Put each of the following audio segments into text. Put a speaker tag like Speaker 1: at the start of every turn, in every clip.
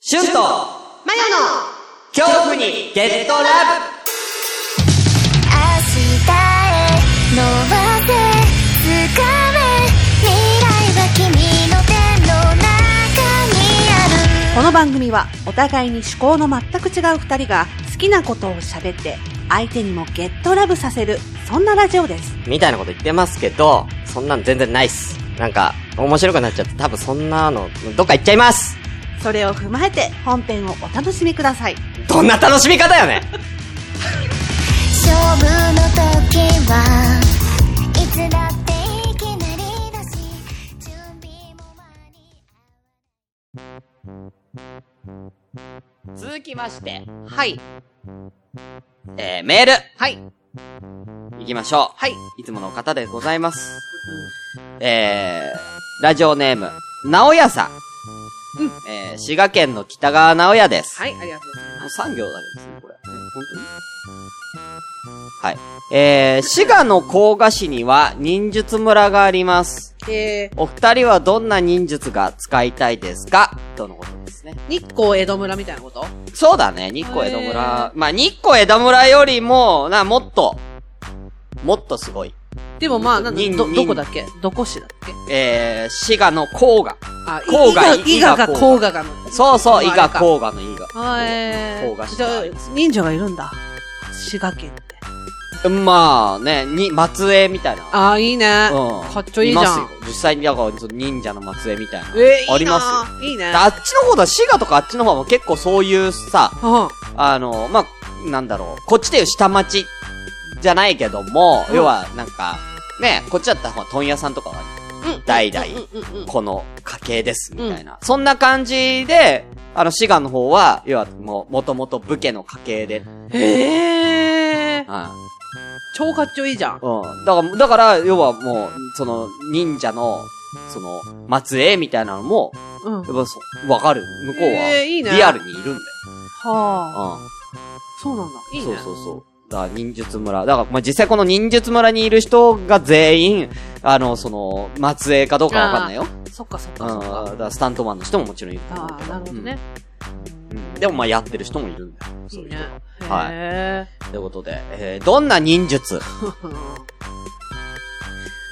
Speaker 1: シュンと
Speaker 2: マヨの
Speaker 1: 恐怖にゲットラブ
Speaker 3: 明日へ伸ばせ掴め未来は君の手の中にある
Speaker 4: この番組はお互いに趣向の全く違う二人が好きなことを喋って相手にもゲットラブさせるそんなラジオです
Speaker 1: みたいなこと言ってますけど、そんなの全然ないっす。なんか、面白くなっちゃって、多分そんなの、どっか行っちゃいます
Speaker 4: それを踏まえて本編をお楽しみください
Speaker 1: どんな楽しみ方よね
Speaker 3: 勝負の時はいつだっていきなりだし準備も間に
Speaker 1: 続きまして、
Speaker 4: はい
Speaker 1: えー、メール
Speaker 4: はい
Speaker 1: 行きましょ
Speaker 4: はい、
Speaker 1: う。いつもの方でございます。えー、ラジオネーム、なおやさん。
Speaker 4: うん
Speaker 1: えー、滋賀県の北川なおやです。
Speaker 4: はい、ありがとうござい
Speaker 1: もう産業だけですね、これ。本当にはい。えー、滋賀の甲賀市には忍術村があります。
Speaker 4: ますえ
Speaker 1: お二人はどんな忍術が使いたいですかとのことですね。
Speaker 4: ー、日光江戸村みたいなこと
Speaker 1: そうだね、日光江戸村
Speaker 4: へ。
Speaker 1: まあ、日光江戸村よりも、な、もっと、もっとすごい。
Speaker 4: でもまあなんだ
Speaker 1: に
Speaker 4: ど
Speaker 1: に
Speaker 4: どこだっけどこ市だっけ
Speaker 1: えー、滋賀の甲賀。
Speaker 4: あ
Speaker 1: 甲賀
Speaker 4: 伊賀伊賀が
Speaker 1: 伊賀
Speaker 4: 甲賀がの
Speaker 1: そうそう、伊
Speaker 4: まああ
Speaker 1: 賀
Speaker 4: れか
Speaker 1: 甲賀の伊賀。
Speaker 4: あえ
Speaker 1: 甲賀
Speaker 4: ー、
Speaker 1: 市
Speaker 4: じゃ
Speaker 1: があ
Speaker 4: あ
Speaker 1: ります
Speaker 4: 忍者がいるんだ滋賀県って
Speaker 1: まあね、に、松江みたいな。
Speaker 4: ああいいね、
Speaker 1: うん。
Speaker 4: かっちょいいじゃ
Speaker 1: ますよ
Speaker 4: ん。
Speaker 1: 実際に、だから、その忍者の松江みたいな。
Speaker 4: えー、
Speaker 1: あ
Speaker 4: いい
Speaker 1: りま
Speaker 4: なーいいね
Speaker 1: あっちの方だ、滋賀とかあっちの方も結構そういうさ、
Speaker 4: うん
Speaker 1: あの、まあ、なんだろう、こっちでいう下町じゃないけども、
Speaker 4: うん
Speaker 1: 要はなんか、ね、こっちだったらほら問屋さんとかは、代々、
Speaker 4: うんうんうん
Speaker 1: この家系です、みたいな。そんな感じで、あの、滋賀の方は、要はもう、もともと武家の家系で、うん。
Speaker 4: へえ。超かっちょいいじゃん。
Speaker 1: うん。だから、だから、要はもう、その、忍者の、その、末裔みたいなのも、
Speaker 4: うん。
Speaker 1: やっぱそ、わかる。向こう
Speaker 4: えーいい
Speaker 1: は、
Speaker 4: ね
Speaker 1: リアルにいるんだよ。う
Speaker 4: はあ。
Speaker 1: ん。
Speaker 4: そうなんだ。いいね。
Speaker 1: そうそうそう。だから、忍術村。だから、まあ、実際この忍術村にいる人が全員、あの、その、末裔かどうかわかんないよ。
Speaker 4: そっかそっ
Speaker 1: う
Speaker 4: か
Speaker 1: ん。
Speaker 4: そっ
Speaker 1: だ
Speaker 4: か。
Speaker 1: からスタントマンの人ももちろんいると思う
Speaker 4: あ
Speaker 1: け
Speaker 4: あ、
Speaker 1: ど。
Speaker 4: なるほどね。
Speaker 1: うん。うんでも、まあ、やってる人もいるんだよ。
Speaker 4: い
Speaker 1: そう
Speaker 4: い
Speaker 1: いう
Speaker 4: ね
Speaker 1: 人が。。はい
Speaker 4: へ
Speaker 1: ということで、えー、どんな忍術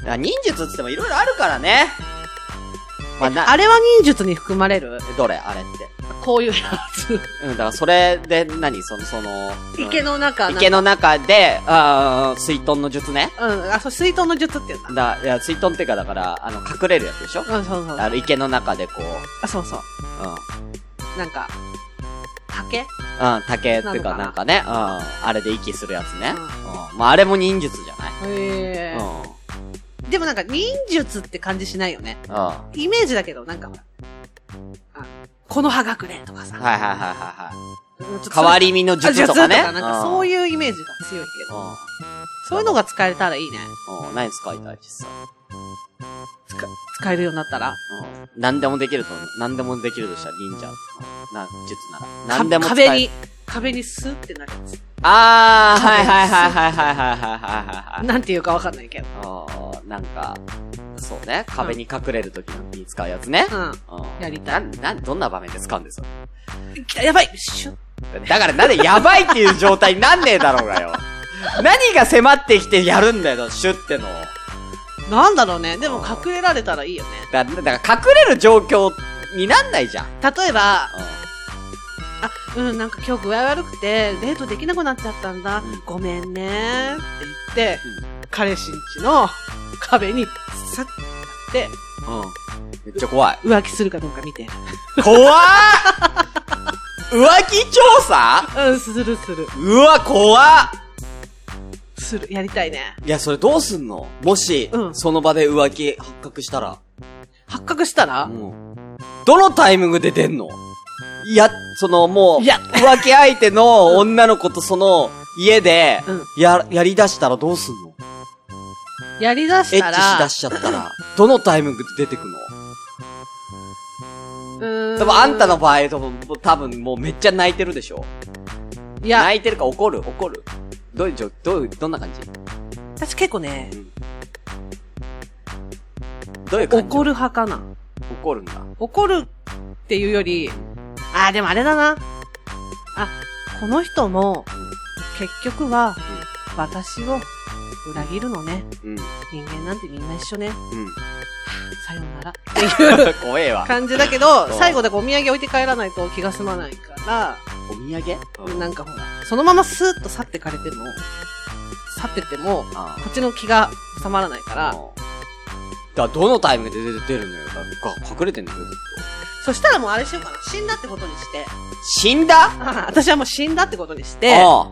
Speaker 4: え。
Speaker 1: あ忍術って言ってもいろいろあるからね。まあ、な、
Speaker 4: あれは忍術に含まれる
Speaker 1: どれあれって。
Speaker 4: こういうや つ。
Speaker 1: うん、だから、それで、何その、その、うん
Speaker 4: 池の中
Speaker 1: 池
Speaker 4: の。
Speaker 1: の中で、あー水遁の術ね。
Speaker 4: うん。あ、そう、水遁の術って言うんだ。
Speaker 1: だ、いや、水遁っていうか、だから、あの、隠れるやつでしょ
Speaker 4: うん、そうそう。
Speaker 1: あの、池の中でこう、
Speaker 4: あ、そうそう。
Speaker 1: うん。
Speaker 4: なんか、竹
Speaker 1: うん、竹っていうかな
Speaker 4: なんの
Speaker 1: か
Speaker 4: か
Speaker 1: ね、うん、あれで息するやつね。
Speaker 4: う
Speaker 1: うん。まあ、あれも忍術じゃない
Speaker 4: へえ。
Speaker 1: うん。
Speaker 4: でもなんか、忍術って感じしないよね。
Speaker 1: うん。は
Speaker 4: イメージだけど、なんかほら。あこの葉隠れとかさ。
Speaker 1: いはいはいはいは
Speaker 4: うんちょっ
Speaker 1: い。
Speaker 4: と
Speaker 1: 変わり身の術とかね。
Speaker 4: あ術なんかそう
Speaker 1: い
Speaker 4: いうイメージが強いけ
Speaker 1: う
Speaker 4: ど、そういうのが使えたらいいね。
Speaker 1: ん。うん。何使いたい実際。
Speaker 4: 使使えるようになったら。
Speaker 1: うん。何でもできると、何でもできるとしたら忍者。うんな、術なら。
Speaker 4: か
Speaker 1: 何でも使え
Speaker 4: 壁に、壁にスーってなるやつ。
Speaker 1: あー、はいはいはいはいはいはいはいはいはい。
Speaker 4: なんていうかわかんないけど。
Speaker 1: あー、なんか、そうね。壁に隠れるときに使うやつね。
Speaker 4: う
Speaker 1: うん。
Speaker 4: やりたい
Speaker 1: な、な、どんな場面で使うんですか
Speaker 4: ん。来た、やばいシュッ。
Speaker 1: だからなんでやばいっていう状態になんねえだろうが よ。何が迫ってきてやるんだよ、シュってのを。
Speaker 4: なんだろうね。でも隠れられたらいいよね。
Speaker 1: だ、だから隠れる状況になんないじゃん。
Speaker 4: 例えば、あ、うん、なんか今日具合悪くて、デートできなくなっちゃったんだ
Speaker 1: うん。
Speaker 4: ごめんねって言って、彼氏んちの壁にスッってやって、
Speaker 1: うん。めっちゃ怖い。
Speaker 4: 浮気するかどうか見て。
Speaker 1: 怖っ浮気調査
Speaker 4: うん、するする。
Speaker 1: うわ、怖っ
Speaker 4: する。やりたいね。
Speaker 1: いや、それどうすんのもし、
Speaker 4: うん
Speaker 1: その場で浮気発覚したら。
Speaker 4: 発覚したら、
Speaker 1: うん。どのタイミングで出んのいや、そのもう、
Speaker 4: いや
Speaker 1: 浮気相手の女の子とその家で
Speaker 4: うん、
Speaker 1: や、やり出したらどうすんの
Speaker 4: やりだ
Speaker 1: エ
Speaker 4: した
Speaker 1: ッチし
Speaker 4: ら
Speaker 1: だ、しちゃったら、どのタイミングで出てくの
Speaker 4: うーん
Speaker 1: でもあんたの場合、多分多分もうめっちゃ泣いてるでしょ
Speaker 4: いや、
Speaker 1: 泣いてるか怒る怒るどういう状、どういう、どんな感じ
Speaker 4: 私結構ね、
Speaker 1: どういう感じ
Speaker 4: 怒る派かな。
Speaker 1: 怒るんだ。
Speaker 4: 怒るっていうより、あー、でもあれだな。あ、この人も、結局は、私を裏切るのね。
Speaker 1: うん。 うん。
Speaker 4: 人間なんてみんな一緒ね。さような
Speaker 1: う
Speaker 4: ら。
Speaker 1: ん。怖えわ。
Speaker 4: 感じだけど、最後だからお土産置いて帰らないと気が済まないから、
Speaker 1: お土産
Speaker 4: なんかほら、そのままスーッと去ってかれても、去ってっても、
Speaker 1: あ
Speaker 4: こっちの気が収まらないか
Speaker 1: あ。
Speaker 4: ら、
Speaker 1: だからどのタイミングで出て出るのよ。だから隠れてんだよ、ずっ
Speaker 4: そしたらもうあれしようかな。死んだってことにして、
Speaker 1: と。死んだ
Speaker 4: あ 私はもう死んだってことにして、
Speaker 1: ああ。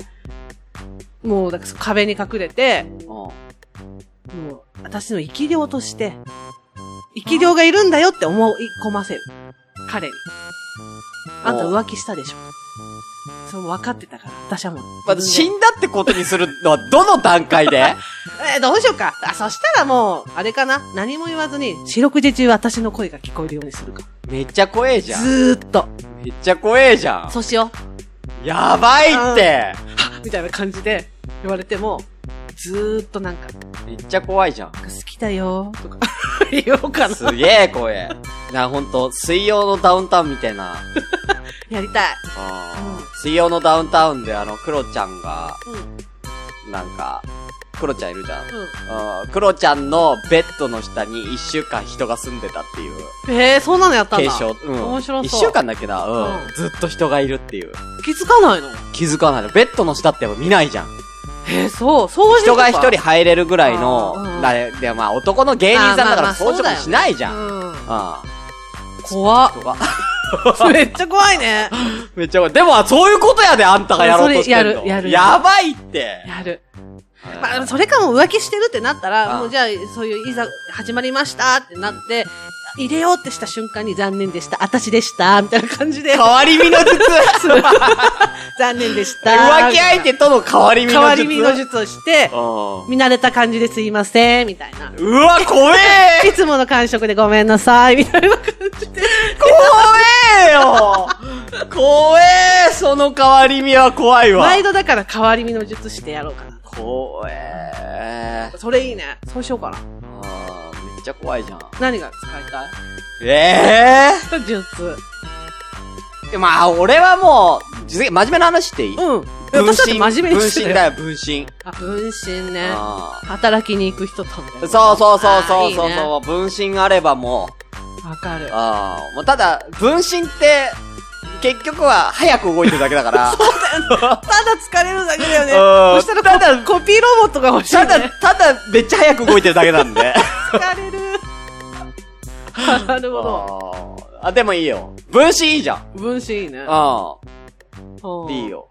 Speaker 4: もうだから壁に隠れて、
Speaker 1: ああ
Speaker 4: もう私の生き量として、生き量がいるんだよって思い込ませる。彼に。あんた浮気したでしょ。そう分かってたから、私はもう。
Speaker 1: まあ、死んだってことにするのはどの段階 で
Speaker 4: えーどうしようか。あ、そしたらもう、あれかな。何も言わずに、四六時中私の声が聞こえるようにするか。
Speaker 1: めっちゃ怖えじゃん。
Speaker 4: ずーっと。
Speaker 1: めっちゃ怖えじゃん。
Speaker 4: そうしよ
Speaker 1: やばいって
Speaker 4: う。みたいな感じで言われても、ずーっとなんか、
Speaker 1: めっちゃ怖いじゃん。
Speaker 4: 好きだよーとか 言おうか な。
Speaker 1: すげえ怖え。な、ほんと、水曜のダウンタウンみたい な。
Speaker 4: やりたい。
Speaker 1: あ
Speaker 4: う
Speaker 1: ー
Speaker 4: ん
Speaker 1: 水曜のダウンタウンであの、クロちゃんが、
Speaker 4: うん。うん。
Speaker 1: なんか、クロちゃんいるじゃん。あークロちゃんのベッドの下に一週間人が住んでたっていう
Speaker 4: えー、そんなのやったん
Speaker 1: 継
Speaker 4: だ。
Speaker 1: 承。うん。
Speaker 4: 面白そう
Speaker 1: 一週間だっけな、うん、
Speaker 4: うん
Speaker 1: ずっと人がいるっていう。
Speaker 4: 気づかないの
Speaker 1: 気づかないの。ベッドの下ってやっぱ見ないじゃん。
Speaker 4: えー、そう。掃除
Speaker 1: 人
Speaker 4: とか
Speaker 1: が一人入れるぐらいの
Speaker 4: あーう、ん
Speaker 1: だれで、まあ男の芸人さんだから
Speaker 4: あーまあま
Speaker 1: 掃
Speaker 4: あ
Speaker 1: 除とかしないじゃん。
Speaker 4: うん。
Speaker 1: あ
Speaker 4: 怖っ
Speaker 1: あ。。とか。
Speaker 4: めっちゃ怖いね。
Speaker 1: めっちゃ怖い。でも、そういうことやで、あんたがやろうとしてんの。
Speaker 4: それやるやる
Speaker 1: やばいって。
Speaker 4: やる。まあで
Speaker 1: は
Speaker 4: も
Speaker 1: い
Speaker 4: それかも浮気してるってなった
Speaker 1: ああ
Speaker 4: ら、もうじゃあ、そういう、いざ、始まりましたってなって、入れようってした瞬間に残念でした。私でした。みたいな感じで
Speaker 1: 変、わり身の 術
Speaker 4: 残念でした。
Speaker 1: 浮気相手との変わり身の術
Speaker 4: 変わり身の術をして、
Speaker 1: う
Speaker 4: 見慣れた感じですいません、みたいな。
Speaker 1: んうわ、怖え
Speaker 4: いつもの感触でごめんなさい、みたいな感じで。
Speaker 1: 怖えよ怖えその変わり身は怖いわ。
Speaker 4: 毎度だから変わり身の術してやろうかな。
Speaker 1: 怖え
Speaker 4: それいいね。そうしようかな。
Speaker 1: あーめっちゃ怖いじゃん。
Speaker 4: 何が使いたい
Speaker 1: え
Speaker 4: 術。
Speaker 1: えまあ、俺はもう、実際真面目な話していい
Speaker 4: うん。私だって真面目に
Speaker 1: 分
Speaker 4: して
Speaker 1: 身
Speaker 4: たよ
Speaker 1: だよ、分身。
Speaker 4: あ、分身ね。
Speaker 1: あー
Speaker 4: 働きに行く人とんだよ。
Speaker 1: そうそうそう
Speaker 4: あ
Speaker 1: そ
Speaker 4: ー
Speaker 1: う
Speaker 4: いい
Speaker 1: そう
Speaker 4: ね
Speaker 1: そう、分身あればもう、
Speaker 4: わかる。
Speaker 1: ああ、もうただ、分身って、結局は早く動いてるだけだ から、
Speaker 4: ただ疲れるだけだよね。
Speaker 1: うん
Speaker 4: そしたらココピーロボットが欲しい、
Speaker 1: た
Speaker 4: ね。
Speaker 1: だ、ただめっちゃ早く動いてるだけなん で。
Speaker 4: 疲れる。なるほど。
Speaker 1: ああ、でもいいよ。分身いいじゃん。
Speaker 4: 分身いいね。
Speaker 1: あ
Speaker 4: う
Speaker 1: あ、
Speaker 4: ん
Speaker 1: いい。よ。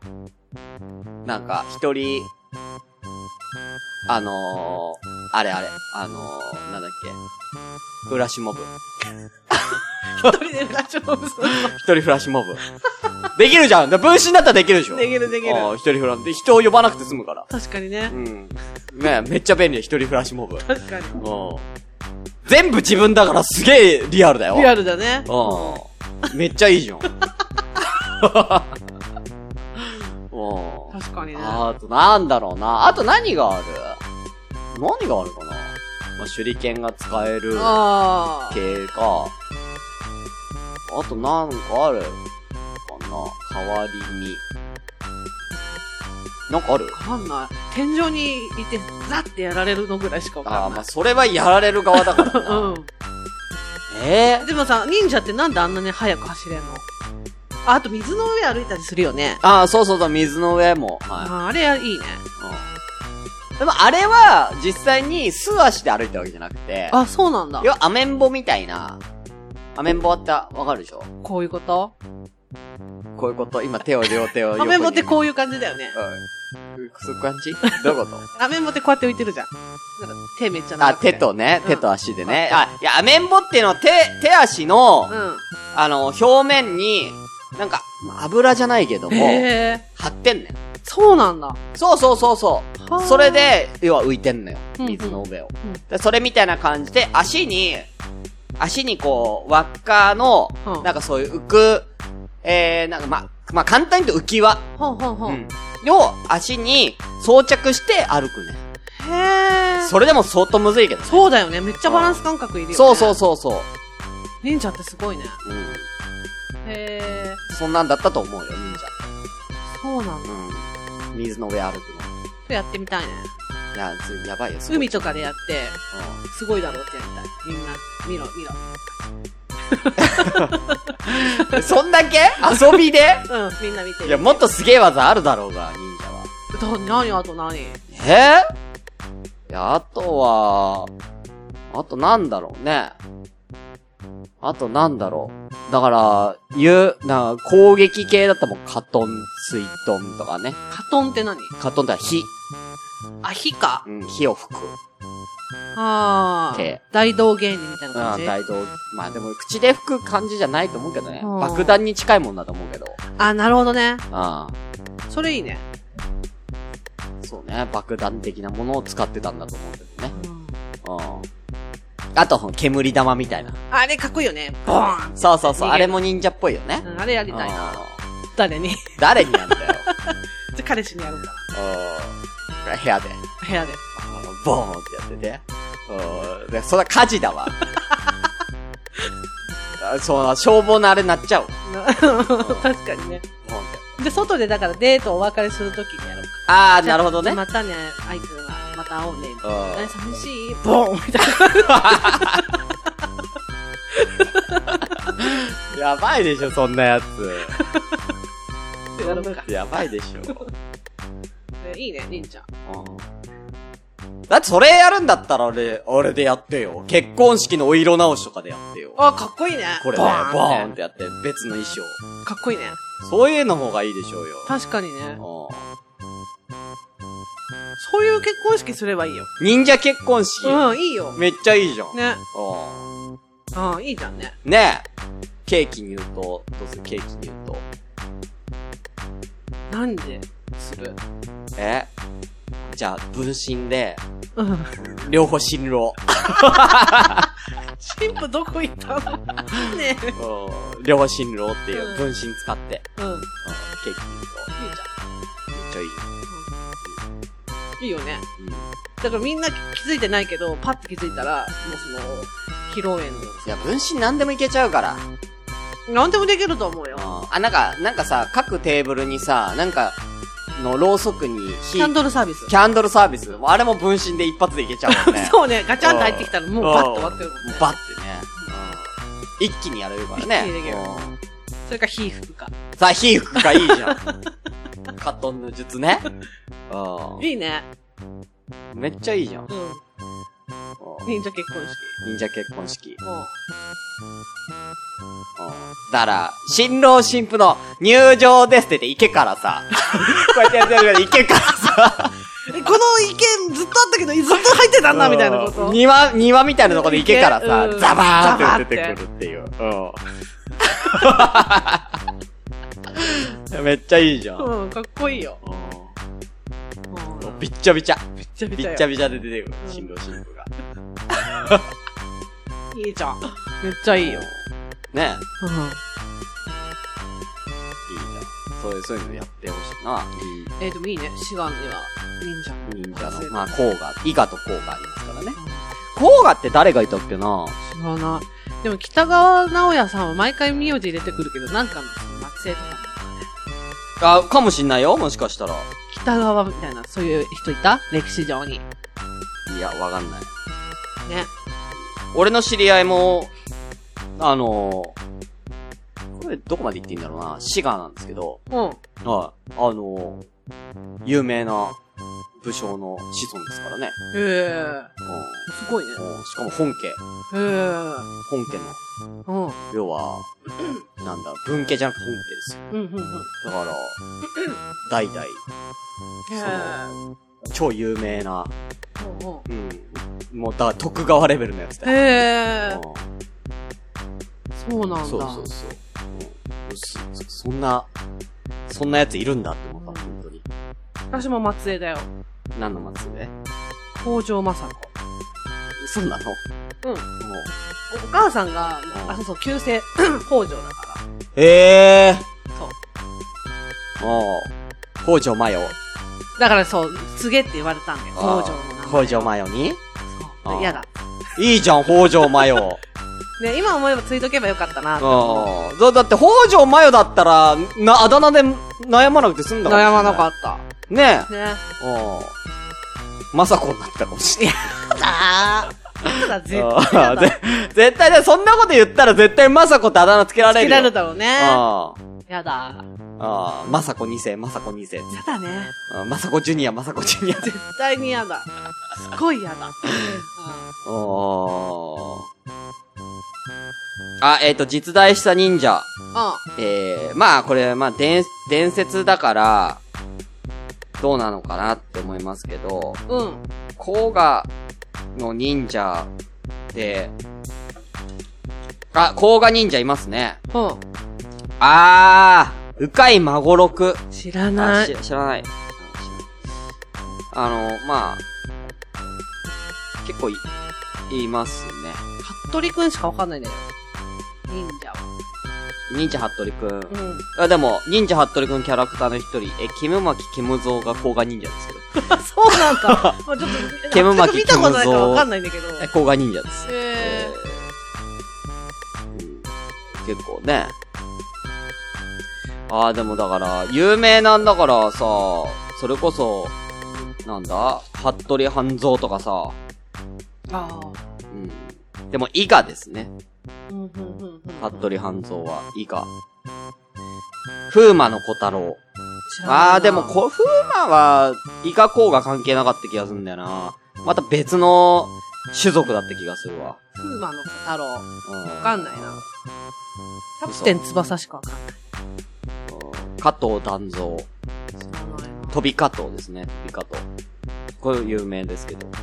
Speaker 1: なんか、一人、あのー、あれあれ、あのー、なんだっけ。フラッシュモブ。
Speaker 4: 一人でラジオブする
Speaker 1: 一人フラッシュモブ。できるじゃん。だから分身だったらできるでしょ。
Speaker 4: の。できるできる
Speaker 1: あ。あ、一人フラッで、人を呼ばなくて済むから。
Speaker 4: 確かにね
Speaker 1: う。ん。ねめっちゃ便利、一人フラッシュモブ。
Speaker 4: 確かに。
Speaker 1: うん。全部自分だからすげえリアルだよ。
Speaker 4: リアルだね。
Speaker 1: うん。めっちゃいいじゃん。うん。
Speaker 4: 確かにね。
Speaker 1: あと、なんだろうな。あと何がある何があるかなまあ、手裏剣が使える
Speaker 4: あー
Speaker 1: 系か。あとなんかあるかな代わりに。なんかある
Speaker 4: わかんない。天井にいて、ザってやられるのぐらいしかわ
Speaker 1: あ
Speaker 4: か
Speaker 1: あ、
Speaker 4: ん
Speaker 1: ま
Speaker 4: な
Speaker 1: あ、
Speaker 4: い。
Speaker 1: それはやられる側だからな。
Speaker 4: う
Speaker 1: え
Speaker 4: ん。
Speaker 1: え
Speaker 4: でもさ、忍者ってなんであんなに速く走れんのああと水の上歩いたりするよね。
Speaker 1: ああ、そうそうそう、水の上も。はい。
Speaker 4: あーあれはいいね。
Speaker 1: うんでもあれは、実際に素足で歩いたわけじゃなくて、
Speaker 4: あ、そうなんだ
Speaker 1: 要。はアメンボみたいな、アメンボあった、わかるでしょ
Speaker 4: こういうこと
Speaker 1: こういうこと、今手を両手を横に。
Speaker 4: アメンボってこ
Speaker 1: う
Speaker 4: ういう感じだよね。
Speaker 1: うん。そういう感じどういうこ
Speaker 4: アメンボってこうやって浮いてるじゃん。なんか手めっちゃ
Speaker 1: とあ、
Speaker 4: 長くて
Speaker 1: 手。とね、
Speaker 4: うん
Speaker 1: 手と足でね。あ、いや、アメンボっていうのは手、手足の、
Speaker 4: う
Speaker 1: あの、表面に、なんか、まあ油じゃないけど
Speaker 4: ん。
Speaker 1: も、
Speaker 4: へえ。
Speaker 1: 貼ってんねん。
Speaker 4: そうなんだ。
Speaker 1: そうそうそうそう。
Speaker 4: はー
Speaker 1: それで、要は浮いてんのよ。
Speaker 4: うんうん
Speaker 1: 水の上を。
Speaker 4: うん
Speaker 1: でそれみたいな感じで、足に、足にこう、輪っかの
Speaker 4: う、ん
Speaker 1: なんかそういう浮く、えー、なんかま、まあ、簡単に言うと浮き輪。
Speaker 4: ほんほんほ。
Speaker 1: うんん。を足に装着して歩くね。
Speaker 4: へえ。
Speaker 1: それでも相当むずいけど。
Speaker 4: そうだよね。めっちゃバランス感覚いるよね。
Speaker 1: そうそうそうそ
Speaker 4: 忍者ってすごいね。
Speaker 1: う。うん。
Speaker 4: へえ、
Speaker 1: そんなんだったと思うよ、忍者。
Speaker 4: そうなんだ。
Speaker 1: うん。水の上歩く
Speaker 4: やってみたいね。
Speaker 1: の。いや、つやばいよ、すごい
Speaker 4: 海とかでやって、すごいだろうってやりたい。みんな、見ろ、見ろ。
Speaker 1: うん。 そんだけ遊びで
Speaker 4: うん、みんな見て
Speaker 1: い
Speaker 4: る。
Speaker 1: や、もっとすげえ技あるだろうが、忍者は。
Speaker 4: と、何あと何
Speaker 1: えー、いや、あとは、あとなんだろうね。あとなんだろう。だから、言う、な、攻撃系だったらもうカトン、スイトンとかね。
Speaker 4: カトンって何
Speaker 1: カトンってのは火。
Speaker 4: あ、火か。
Speaker 1: うん、火を吹く。
Speaker 4: ああ
Speaker 1: 手。
Speaker 4: 大道芸人みたいな感
Speaker 1: う
Speaker 4: じ
Speaker 1: ん、。大道。まあでも、口で吹く感じじゃないと思うけどね。
Speaker 4: うん
Speaker 1: 爆弾に近いもんだと思うけど。
Speaker 4: あ、なるほどね。
Speaker 1: あ
Speaker 4: それいいね。
Speaker 1: あ、そうね。爆弾的なものを使ってたんだと思うけどね。
Speaker 4: うん
Speaker 1: うん。あと、煙玉みたいな。
Speaker 4: あれかっこいいよね。ボーン
Speaker 1: そうそうそう。
Speaker 4: 逃げる
Speaker 1: あれも忍者っぽいよね。
Speaker 4: うんあれやりたいな。
Speaker 1: うん
Speaker 4: 誰に じ
Speaker 1: 誰にやんだよ。
Speaker 4: ゃあ彼氏にやろうか
Speaker 1: うん部屋で、
Speaker 4: な。部屋で。
Speaker 1: うんボーンってやってて。うんでそりゃ火事だわ。 あそう、消防のあれなっちゃうわ。
Speaker 4: な 確
Speaker 1: ボ
Speaker 4: かにね。
Speaker 1: ーンって。
Speaker 4: で、外でだからデートお別れするときにやろうか。
Speaker 1: あー、なるほどね。
Speaker 4: またね、あいつは、また会おうね。
Speaker 1: うん
Speaker 4: え、寂しいボーンみたい
Speaker 1: やばいでしょ、そんなやつ。
Speaker 4: な。やろうか。
Speaker 1: やばいでしょ。
Speaker 4: えいいね、りんちゃん。
Speaker 1: だってそれやるんだったら俺、俺でやってよ。結婚式のお色直しとかでやってよ。
Speaker 4: あ、かっこいいね。
Speaker 1: これね、
Speaker 4: ボーン
Speaker 1: ボーンっ
Speaker 4: って
Speaker 1: てやって、別の衣装。
Speaker 4: かっこいいね。
Speaker 1: そういうの方がいいでしょうよ。
Speaker 4: 確かにね。
Speaker 1: う
Speaker 4: そういう結婚式すればいいよ。
Speaker 1: ん忍者結婚式。
Speaker 4: うん、いいよ。
Speaker 1: めっちゃいいじゃん。
Speaker 4: ね。
Speaker 1: う
Speaker 4: うん、いいじゃんね。
Speaker 1: んねえ。ケーキに言うと、どうするケーキに言うと。
Speaker 4: なんでする
Speaker 1: えじゃあ、分身で、
Speaker 4: うん。
Speaker 1: 両方新郎。
Speaker 4: 神父どこ行ったのねえ。
Speaker 1: うん両方新郎っていう、分身使って。
Speaker 4: うん。いい
Speaker 1: うんケーキに言うと。め
Speaker 4: じ
Speaker 1: っちゃいい。
Speaker 4: ゃん。いいよね。
Speaker 1: うん。
Speaker 4: だからみんな気づいてないけど、パッて気づいたら、もうその、披露宴
Speaker 1: いや、分身何でもいけちゃうから。
Speaker 4: の。なんでもできると思うよ。
Speaker 1: あ、なんか、なんかさ、各テーブルにさ、なんか、のろうそくに火、
Speaker 4: キャンドルサービス。
Speaker 1: キャンドルサービス。あれも分身で一発でいけちゃうもんね。
Speaker 4: そうね、ガチャンと入ってきたらもうバッと終わってるもんね。
Speaker 1: バッてね。うん一気にやれるからね。
Speaker 4: 一気にできる
Speaker 1: うん
Speaker 4: それか火吹くか。
Speaker 1: さあ、火吹くかいいじゃん。カトンの術ね。う
Speaker 4: いいね。
Speaker 1: ん。めっちゃいいじゃん。うん
Speaker 4: うん。忍者結婚式。
Speaker 1: 忍者結婚式。
Speaker 4: もう。
Speaker 1: うんだから、新郎新婦の入場ですって言って池から さ、こうやってやってるから池からさ、
Speaker 4: えこの意見ずっとあったけど、ずっと入ってたんだ、みたいなこと。
Speaker 1: 庭、庭みたいなとこで池からさ
Speaker 4: う、ん
Speaker 1: ザバーンって
Speaker 4: ザバー
Speaker 1: 出
Speaker 4: って
Speaker 1: てくるっていう。うん めっちゃいいじゃん。うん
Speaker 4: うん、かっこいいよ。うん
Speaker 1: びっちゃびちゃ。
Speaker 4: びっちゃび
Speaker 1: び
Speaker 4: ちゃ
Speaker 1: っ
Speaker 4: よ
Speaker 1: ちゃびちゃで出てくる。
Speaker 4: うん
Speaker 1: 新郎新婦が。
Speaker 4: いいじゃん。めっちゃいいよ。
Speaker 1: ね
Speaker 4: うん。
Speaker 1: え。いいじゃん。そういう、そういうのやってほしいな。
Speaker 4: えー、でもいいね。志願には、忍者も。
Speaker 1: 忍者
Speaker 4: 忘れ
Speaker 1: の、
Speaker 4: た
Speaker 1: まあ、甲賀。伊賀と甲賀ありますからね。甲賀って誰がいたっけな
Speaker 4: 知らない。でも北川直也さんは毎回名字入れてくるけど、なんかのその学生とかの
Speaker 1: あ、かもしんないよ、もしかしたら。
Speaker 4: 北川みたいな、そういう人いた歴史上に。ね。
Speaker 1: いや、わかんない。俺の知り合いも、あのー、これどこまで言っていいんだろうな。滋賀なんですけど、
Speaker 4: うん。
Speaker 1: はい。あのー、有名な武将の子孫ですからね。
Speaker 4: へえ。
Speaker 1: う
Speaker 4: すごいね。
Speaker 1: ん。うんしかも本家。
Speaker 4: へえ。
Speaker 1: 本家の、
Speaker 4: うん。
Speaker 1: 要は、なんだ、文家じゃなくて本家ですよ。
Speaker 4: うん、うん、うん。
Speaker 1: だから、代々、
Speaker 4: へえ。
Speaker 1: 超有名な、
Speaker 4: うん
Speaker 1: うん。もう、だ、徳川レベルのやつ
Speaker 4: うん。
Speaker 1: だよ。
Speaker 4: へえ
Speaker 1: う。ん
Speaker 4: そうなんだ。
Speaker 1: そうそうそう。うんそそんな、そんなやついるんだって思った、本当に。
Speaker 4: 私も松江だよ。
Speaker 1: 何の松で
Speaker 4: 北条政
Speaker 1: そんなの
Speaker 4: 子。う
Speaker 1: も
Speaker 4: ん。
Speaker 1: う。
Speaker 4: おお母さんが、あ、そうそう、旧姓、 北条だか
Speaker 1: ええ
Speaker 4: ら。そう。
Speaker 1: ー。おう。北条マヨ。
Speaker 4: だからそう、告げって言われたんだよ。北条の名
Speaker 1: 北
Speaker 4: 前。
Speaker 1: 条マヨに
Speaker 4: そう。嫌だ。
Speaker 1: いいじゃん、北条マヨ。
Speaker 4: ね、今思えばついとけばよかったなって思
Speaker 1: ああ。だだって、北条マヨだったら、な、あだ名で悩まなくて済ん
Speaker 4: う。
Speaker 1: だかもしれ
Speaker 4: 悩
Speaker 1: な
Speaker 4: ま
Speaker 1: い
Speaker 4: なかった。
Speaker 1: ねえ。
Speaker 4: ね。
Speaker 1: うん。まさこになってたかもしれない。
Speaker 4: ああ。だ、絶対
Speaker 1: あ
Speaker 4: や
Speaker 1: あ
Speaker 4: だ。
Speaker 1: ぜ絶対ね、そんなこと言ったら絶対まさこってあだ名つけられ
Speaker 4: 切
Speaker 1: るよ。
Speaker 4: られたろうね。
Speaker 1: あ
Speaker 4: やだ。
Speaker 1: あ。ああ。まさこ2世、まさこ2世。
Speaker 4: やだね。
Speaker 1: うんまさこジュニア、まさこジュニア。
Speaker 4: 絶対にやだ。すごいや だ。う
Speaker 1: おーあ、えっ、と、実在した忍者。
Speaker 4: ん。うん
Speaker 1: えー、まあ、これ、まあ、伝、伝説だから、どうなのかなって思いますけど、
Speaker 4: うん。
Speaker 1: 甲賀の忍者で、あ、甲賀忍者いますね。
Speaker 4: う
Speaker 1: あー、うかいまごろく。
Speaker 4: ん。知らな
Speaker 1: あ
Speaker 4: い。
Speaker 1: し知らない。あの、まあ、結構い、いますね。
Speaker 4: 服部くんしかわかんないんだよ。忍者は。
Speaker 1: 忍者ハットリくん。
Speaker 4: うん。
Speaker 1: あ、でも、忍者ハットリくんキャラクターの一人、え、キムマキキムゾウが甲賀忍者ですけど。
Speaker 4: そう なんだ。まあちょっと、
Speaker 1: 煙巻き
Speaker 4: 見たことないからわかんないんだけど。
Speaker 1: え、甲賀忍者です。
Speaker 4: え
Speaker 1: えーうん結構ね。ああ、でもだから、有名なんだからさ、それこそ、なんだ服部半蔵とかさ、
Speaker 4: ー。ああ。
Speaker 1: うん。でも、伊賀ですね。
Speaker 4: うんうんうんうん。
Speaker 1: 服部半蔵は、伊賀。風魔の小太郎。ああ、でも、こ、
Speaker 4: こ、
Speaker 1: 風魔は、伊賀公が関係なかった気がするんだよな。また別の種族だった気がするわ。
Speaker 4: 風魔の小太郎。わ
Speaker 1: うん
Speaker 4: かんないな。キャプテン翼しかわかんない。
Speaker 1: 加藤丹蔵。
Speaker 4: 知らない
Speaker 1: 飛び加藤ですね。飛び加藤。これ有名ですけど。
Speaker 4: な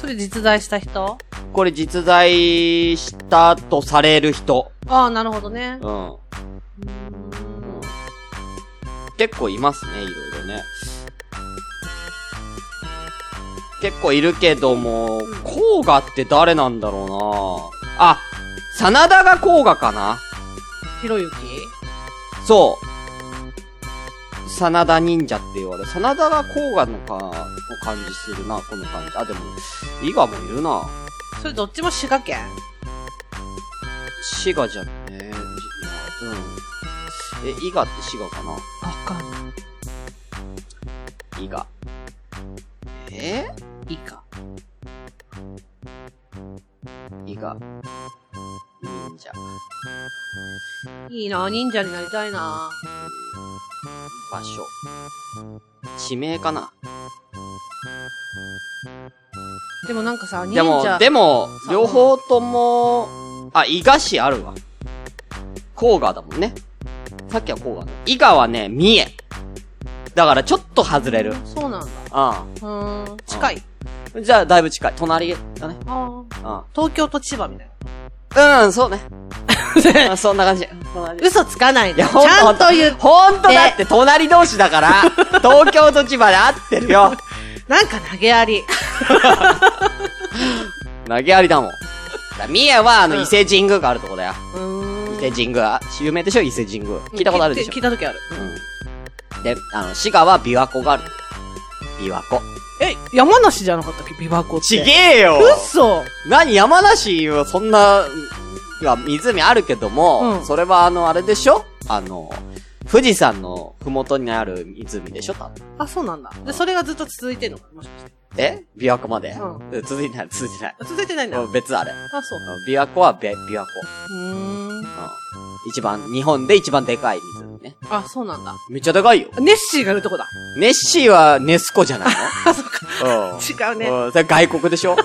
Speaker 4: それ実在した人
Speaker 1: これ実在したとされる人。
Speaker 4: ああ、なるほどね。
Speaker 1: うん。うん
Speaker 4: うーん
Speaker 1: 結構いますね、いろいろね。結構いるけども、甲賀って誰なんだろうなあ、真田が甲賀かな
Speaker 4: ひろゆき
Speaker 1: そう。真田忍者って言われる。真田が甲賀のか、の感じするな、この感じ。あ、でも、伊賀もいるな。
Speaker 4: それどっちも滋賀県
Speaker 1: 滋賀じゃねえ。うん。え、伊賀って滋賀かな
Speaker 4: わかんな
Speaker 1: 伊賀。え
Speaker 4: い。いいか。
Speaker 1: 伊賀。忍者。
Speaker 4: いいな、忍者になりたいな。
Speaker 1: 場所。地名かな
Speaker 4: でもなんかさ、忍
Speaker 1: でも
Speaker 4: 者、。
Speaker 1: でも
Speaker 4: そ、う
Speaker 1: 両方とも、あ、伊賀市あるわ。甲賀だもんね。さっきは甲賀だ。伊賀はね、三重。だからちょっと外れる。うん。
Speaker 4: そうなんだ。うーん。近い。
Speaker 1: じゃあ、だいぶ近い。隣だね。
Speaker 4: ああ。
Speaker 1: う
Speaker 4: 東京と千葉みたい
Speaker 1: ん。うん、そう ね。
Speaker 4: な。
Speaker 1: あそんな感じ。
Speaker 4: 嘘つかない
Speaker 1: い
Speaker 4: で。
Speaker 1: や、
Speaker 4: ち
Speaker 1: ほんと、
Speaker 4: ゃんと言う。
Speaker 1: ほんとだって隣同士だ から、東京と千葉で合ってるよ。
Speaker 4: なんか投げやり。
Speaker 1: 投げや りだもん。だ三重は、あの、
Speaker 4: うん
Speaker 1: 伊勢神宮があるとこだよ。
Speaker 4: うーん
Speaker 1: 伊勢神宮。有名でしょ伊勢神宮。聞いたことあるでしょ
Speaker 4: 聞いた時ある。
Speaker 1: うん。で、あの、滋賀は琵琶湖がある。琵琶湖。
Speaker 4: え、山梨じゃなかったっけ琵琶湖っ て。
Speaker 1: ちげえよ
Speaker 4: 嘘
Speaker 1: 何山梨はそんな、いや、湖あるけども、
Speaker 4: うん
Speaker 1: それはあの、あれでしょあの、富士山のふもとにある湖でしょ多分
Speaker 4: あ、そうなんだ。で、それがずっと続いてんのかもしかして。
Speaker 1: え琵琶湖まで、
Speaker 4: う
Speaker 1: 続いてない、続いてない。
Speaker 4: あ続いてないんだ。あ、
Speaker 1: 別あれ。
Speaker 4: そう
Speaker 1: う
Speaker 4: か。
Speaker 1: ん琵琶湖はべ琵琶湖。
Speaker 4: うーん。
Speaker 1: うん。一番、日本で一番でかい湖ね。
Speaker 4: あ、そうなんだ。
Speaker 1: めっちゃでかいよ。
Speaker 4: ネッシーがいるとこだ。
Speaker 1: ネッシーはネス湖じゃない
Speaker 4: あ、そうか。
Speaker 1: の うん。
Speaker 4: 違うね。
Speaker 1: うん、それ外国で しょ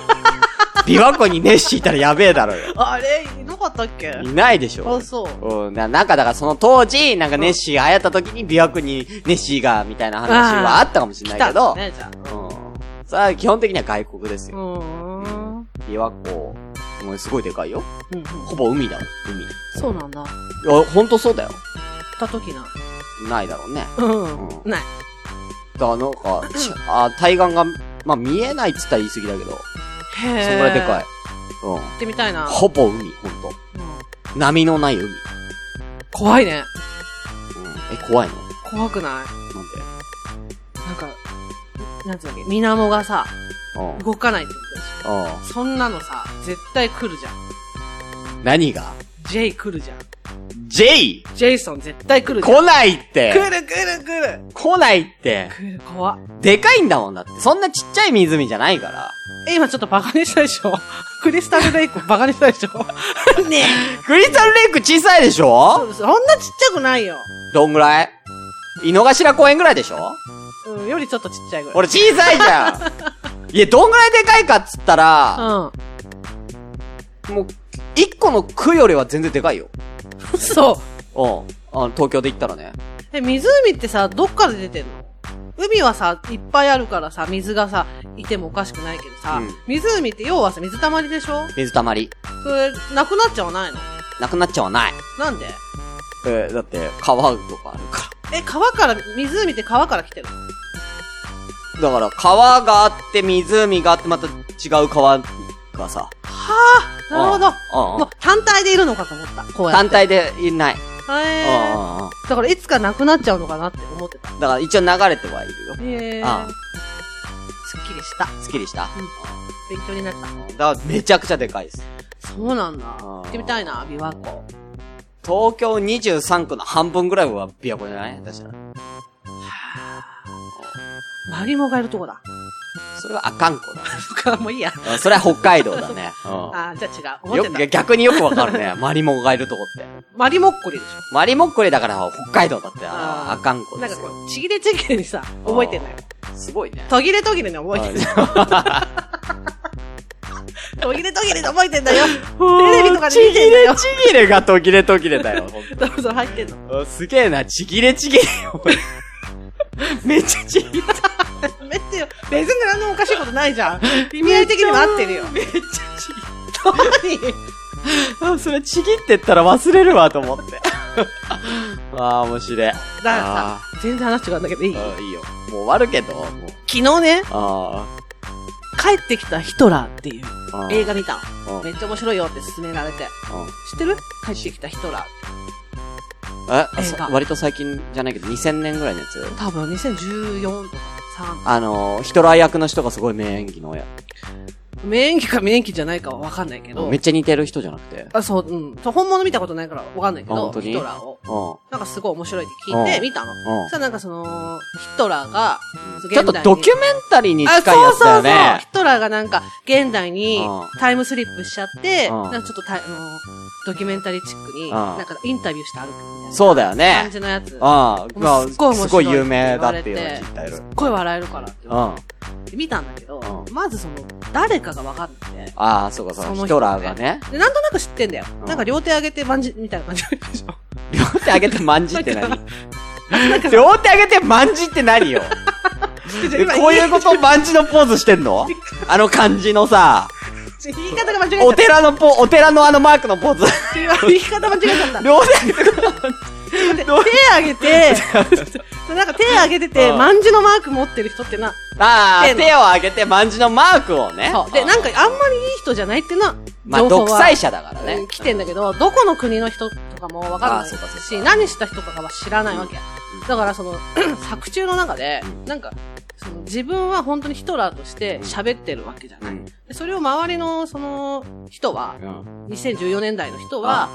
Speaker 1: 琵琶湖にネッシーいたらやべえだろうよ。
Speaker 4: あれ、いなかったっけ
Speaker 1: いないでしょ
Speaker 4: あ、。そう。
Speaker 1: うん、ななんかだからその当時、なんかネッシーが流行った時に琵琶湖にネッシーがみたいな話はあったかもしれ
Speaker 4: 来
Speaker 1: ない
Speaker 4: た
Speaker 1: け
Speaker 4: んだ
Speaker 1: ど、
Speaker 4: ね、じゃあ。
Speaker 1: うん。それは基本的には外国です
Speaker 4: う
Speaker 1: よ。
Speaker 4: ーん。
Speaker 1: 琵琶湖、もうすごいでかいよ。
Speaker 4: うんうん。
Speaker 1: ほぼ海だよ、海。
Speaker 4: そうなんだ。行
Speaker 1: いや、ほんとそうだよ。
Speaker 4: った時な。
Speaker 1: ないだろうね。
Speaker 4: うん。ない。
Speaker 1: だからなんか、ちあ対岸が、まあ見えないっつったら言い過ぎだけど、
Speaker 4: へえ。
Speaker 1: そんぐらいでかい
Speaker 4: 行。
Speaker 1: うん。
Speaker 4: ってみたいな。
Speaker 1: ほぼ海、ほんと。
Speaker 4: うん
Speaker 1: 波のない海。うん。
Speaker 4: 怖いね。
Speaker 1: え、怖いの
Speaker 4: 怖くない
Speaker 1: なんで
Speaker 4: なんか、なんつうわけ、水面がさ、
Speaker 1: うん。
Speaker 4: 動かないってこ
Speaker 1: う
Speaker 4: とでし
Speaker 1: ん。
Speaker 4: ょ。そんなのさ、絶対来るじゃん。
Speaker 1: 何が
Speaker 4: J 来るじゃん。
Speaker 1: ?J!
Speaker 4: ジェイソン絶対来るじゃん。
Speaker 1: 来ないって
Speaker 4: 来る来る来る
Speaker 1: 来ないって
Speaker 4: 来る、怖っ
Speaker 1: でかいんだもんだって。そんなちっちゃい湖じゃないから。
Speaker 4: え、今ちょっとバカにしたでしょ クリスタルレイクバカにしたで しょね
Speaker 1: クリスタルレイク小さいでし
Speaker 4: え
Speaker 1: ょ
Speaker 4: そそんなちっちゃくないよ。
Speaker 1: どんぐらい井の頭公園ぐらいでしょ
Speaker 4: うん、よりちょっとちっちゃいぐらい。
Speaker 1: 俺小さいじゃ んいや、どんぐらいでかいかっつったら、
Speaker 4: う
Speaker 1: もう、一個の区よりは全然でかいよ。
Speaker 4: ん。そう。
Speaker 1: うん。あの、東京で行ったらね。
Speaker 4: え、湖ってさ、どっから出てんの海はさ、いっぱいあるからさ、水がさ、いてもおかしくないけどさ、
Speaker 1: うん
Speaker 4: 湖って要はさ、水たまりでしょ
Speaker 1: 水たまり。
Speaker 4: それ、なくなっちゃわないの
Speaker 1: なくなっちゃわない。
Speaker 4: なんで
Speaker 1: えーだって、川とかあるか
Speaker 4: え、川から、湖って川から来てるの
Speaker 1: ら。だから、川があって、湖があって、また違う川がさ。
Speaker 4: なるほど。
Speaker 1: うんうん
Speaker 4: もう単体でいるのかと思った。こうやっ
Speaker 1: 単体でいない。
Speaker 4: て。へ
Speaker 1: うん
Speaker 4: ー
Speaker 1: うんうん
Speaker 4: だからいつかなくなっちゃうのかなって思ってた。
Speaker 1: だから、一応流れてはいるよ。
Speaker 4: へえ。
Speaker 1: ああ
Speaker 4: すっきりした。
Speaker 1: すっきりした
Speaker 4: 勉強になった。
Speaker 1: だから、めちゃくちゃでかいです。
Speaker 4: そうなんだ。行
Speaker 1: あ
Speaker 4: ってみたいな、琵琶湖。
Speaker 1: 東京23区の半分ぐらいは琵琶湖じゃない確か
Speaker 4: マリモがいるとこだ。
Speaker 1: それはあかんこ
Speaker 4: そっか、 もういいや。
Speaker 1: だ。うんそれは北海道だ ね。う
Speaker 4: ああ、じゃあ違う。
Speaker 1: ん。
Speaker 4: 思っ
Speaker 1: よ
Speaker 4: てた
Speaker 1: く、。逆によくわかるね。 マリモがいるとこって。
Speaker 4: マリモッコリでしょ。
Speaker 1: マリモっこりだから北海道だって、
Speaker 4: あー
Speaker 1: ああかんこ
Speaker 4: な
Speaker 1: で
Speaker 4: んか
Speaker 1: す
Speaker 4: こ
Speaker 1: よ。
Speaker 4: う、ちぎれちぎれにさ、覚えてんのよ。
Speaker 1: すごいね。
Speaker 4: 途切れ途切れに覚えてんのよ。 途切れ途切れに覚えてんだよ。 テレビとかで見てんだ よ
Speaker 1: ちぎれちぎれが途切れ途切れだよ。ほんと
Speaker 4: どうぞ入ってんの。
Speaker 1: あすげえな、ちぎれちぎれよ。 めっちゃちぎれ。
Speaker 4: めっちゃ、別に何もおかしいことないじ ゃん。意味合い的にも合ってるよ。
Speaker 1: めっちゃちぎれ
Speaker 4: 何。
Speaker 1: あ、それちぎってったら忘れるわと思って。 ああ、面白い。だか
Speaker 4: だからさ、全然話違うんだけどいい昨
Speaker 1: いいよ。もう終わるけど、もう。
Speaker 4: 日ね、
Speaker 1: あ
Speaker 4: 帰ってきたヒトラーっていう
Speaker 1: ーあー。
Speaker 4: 映画見た
Speaker 1: う
Speaker 4: の。
Speaker 1: ん
Speaker 4: めっちゃ面白いよって勧められて。知ってる帰ってきたヒトラーって。
Speaker 1: え、
Speaker 4: 映
Speaker 1: そ
Speaker 4: 画
Speaker 1: 割と最近じゃないけど、2000年ぐらいのやつ
Speaker 4: 多分2014とか3。
Speaker 1: あのー、ヒトラー役の人がすごい名演技のや。
Speaker 4: 免疫か免疫じゃないかはわかんないけど
Speaker 1: めっ。ちゃ似てる人じゃなくて。
Speaker 4: あ、そう、うん。そう本物見たことないからわかんないけ
Speaker 1: あ
Speaker 4: ど、
Speaker 1: 本当に
Speaker 4: ヒトラーを。
Speaker 1: うん。うん。
Speaker 4: なんかすごい面白いって聞いて、
Speaker 1: うん
Speaker 4: 見たの。さ
Speaker 1: うん
Speaker 4: あなんかその、ヒトラーが、
Speaker 1: ちょっとドキュメンタリーに近い
Speaker 4: あ、
Speaker 1: やつだよ
Speaker 4: そうそうそう。
Speaker 1: ね
Speaker 4: ヒ。トラーがなんか、現代に
Speaker 1: うん
Speaker 4: タイムスリップしちゃって、
Speaker 1: うん
Speaker 4: なんかちょっとタイ、あの、ドキュメンタリーチックに、
Speaker 1: ん
Speaker 4: なんかインタビューして歩くみたいな
Speaker 1: そうだよ
Speaker 4: 感
Speaker 1: ね。
Speaker 4: じのやつ。すっ
Speaker 1: ああ、まあ
Speaker 4: すっごい面白い
Speaker 1: すごい有名だっていうのを聞いたよ。
Speaker 4: ごい笑えるからって
Speaker 1: うん。あ
Speaker 4: 見たんだけど、
Speaker 1: う
Speaker 4: まずその、誰かが分かんなくて、
Speaker 1: あ、そうかそう
Speaker 4: そ
Speaker 1: か。
Speaker 4: の人
Speaker 1: ヒトラーがね。
Speaker 4: で、なんとなく知ってんだよ。
Speaker 1: うん
Speaker 4: なんか両手上げてまんじ、みたい な感じでしょ。
Speaker 1: 両手上げてまんじって何
Speaker 4: なんかさ、
Speaker 1: 両手上げてまんじって何 よえこういうことまんじのポーズしてんのあの感じのさ、
Speaker 4: 言い方が間違えちゃ
Speaker 1: お
Speaker 4: った。
Speaker 1: 寺のポ、お寺のあのマークのポー ズ。
Speaker 4: 言い方間違えちゃった。
Speaker 1: 両手上げて
Speaker 4: で手上げ て、なんか手上げてて、
Speaker 1: うん
Speaker 4: まんじのマーク持ってる人ってな、
Speaker 1: あ
Speaker 4: 手
Speaker 1: あ、
Speaker 4: の
Speaker 1: 手を上げてまんじのマークをね。
Speaker 4: そう。で、
Speaker 1: あー
Speaker 4: なんかあんまりいい人じゃないっていうのは、
Speaker 1: まあ、
Speaker 4: 情報は
Speaker 1: 独裁者だから
Speaker 4: う
Speaker 1: ね
Speaker 4: ん。来てんだけど、どこの国の人とかもわからな
Speaker 1: あ
Speaker 4: い
Speaker 1: そうかそうか
Speaker 4: し、何した人とかは知らないわけ
Speaker 1: うん。
Speaker 4: だからその、 作中の中で、なんか、その自分は本当にヒトラーとして喋ってるわけじゃ
Speaker 1: う
Speaker 4: ない。
Speaker 1: ん。
Speaker 4: でそれを周りの、その、人は、
Speaker 1: うん
Speaker 4: 2014年代の人は、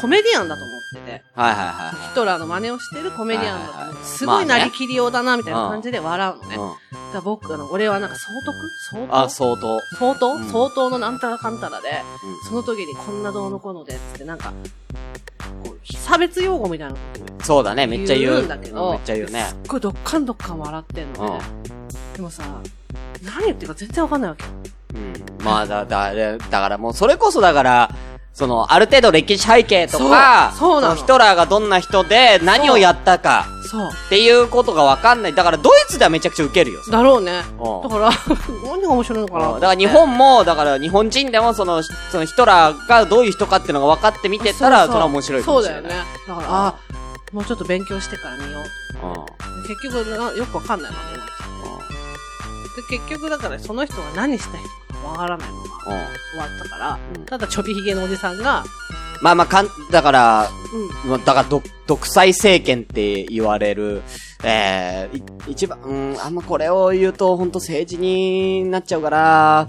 Speaker 4: コメディアンだと思ってて、
Speaker 1: はいはいはい
Speaker 4: ヒトラーの真似をしてるコメディアンだと
Speaker 1: はいはい
Speaker 4: 思っ
Speaker 1: は
Speaker 4: て、
Speaker 1: い
Speaker 4: すごい
Speaker 1: まあね
Speaker 4: なりきりようだな、みたいな感じで笑うの
Speaker 1: は
Speaker 4: ね。
Speaker 1: い。
Speaker 4: だか
Speaker 1: うん
Speaker 4: ら僕、あの、俺はなんか総督総
Speaker 1: あ、
Speaker 4: 督
Speaker 1: 相当。
Speaker 4: 相当、
Speaker 1: うん
Speaker 4: 相当のなんたらかんたらで、
Speaker 1: う
Speaker 4: その時にこんなどうのこうので、つってなんか、こう差別用語みたいなこと
Speaker 1: そうだね、めっちゃ言う。
Speaker 4: 言うんだけど
Speaker 1: めっちゃ言うね。
Speaker 4: すっごいどっかんどっかん笑ってんのね。でもさ、何言ってるか全然わかんないわけ。
Speaker 1: うん。まあ、だ、だ、だからもう、それこそだから、その、ある程度歴史背景とか、
Speaker 4: そうそうなの
Speaker 1: ヒトラーがどんな人で、何をやったか、
Speaker 4: そう。
Speaker 1: っていうことがわかんない。だから、ドイツではめちゃくちゃウケるよ。
Speaker 4: だろうね。
Speaker 1: うん
Speaker 4: だから、何が面白いのかなと思
Speaker 1: うん
Speaker 4: って。
Speaker 1: だから日本も、だから日本人でもその、そのヒトラーがどういう人かっていうのが分かって見てたら、そ
Speaker 4: そうそう
Speaker 1: れは面白いかもしれない。
Speaker 4: そうだよね。だから、ああ、もうちょっと勉強してから見よう。
Speaker 1: うん。
Speaker 4: 結局な、よくわかんないまま終わっちゃって。で、結局だから、その人が何した人かわからないまま
Speaker 1: うん。うん。
Speaker 4: 終わったから、
Speaker 1: うん
Speaker 4: ただちょびひげのおじさんが、
Speaker 1: まあまあ、かん、だから、
Speaker 4: うん、
Speaker 1: まあだからど、独裁政権って言われる、えー、い一番、うん、あんまこれを言うと、ほんと政治になっちゃうから、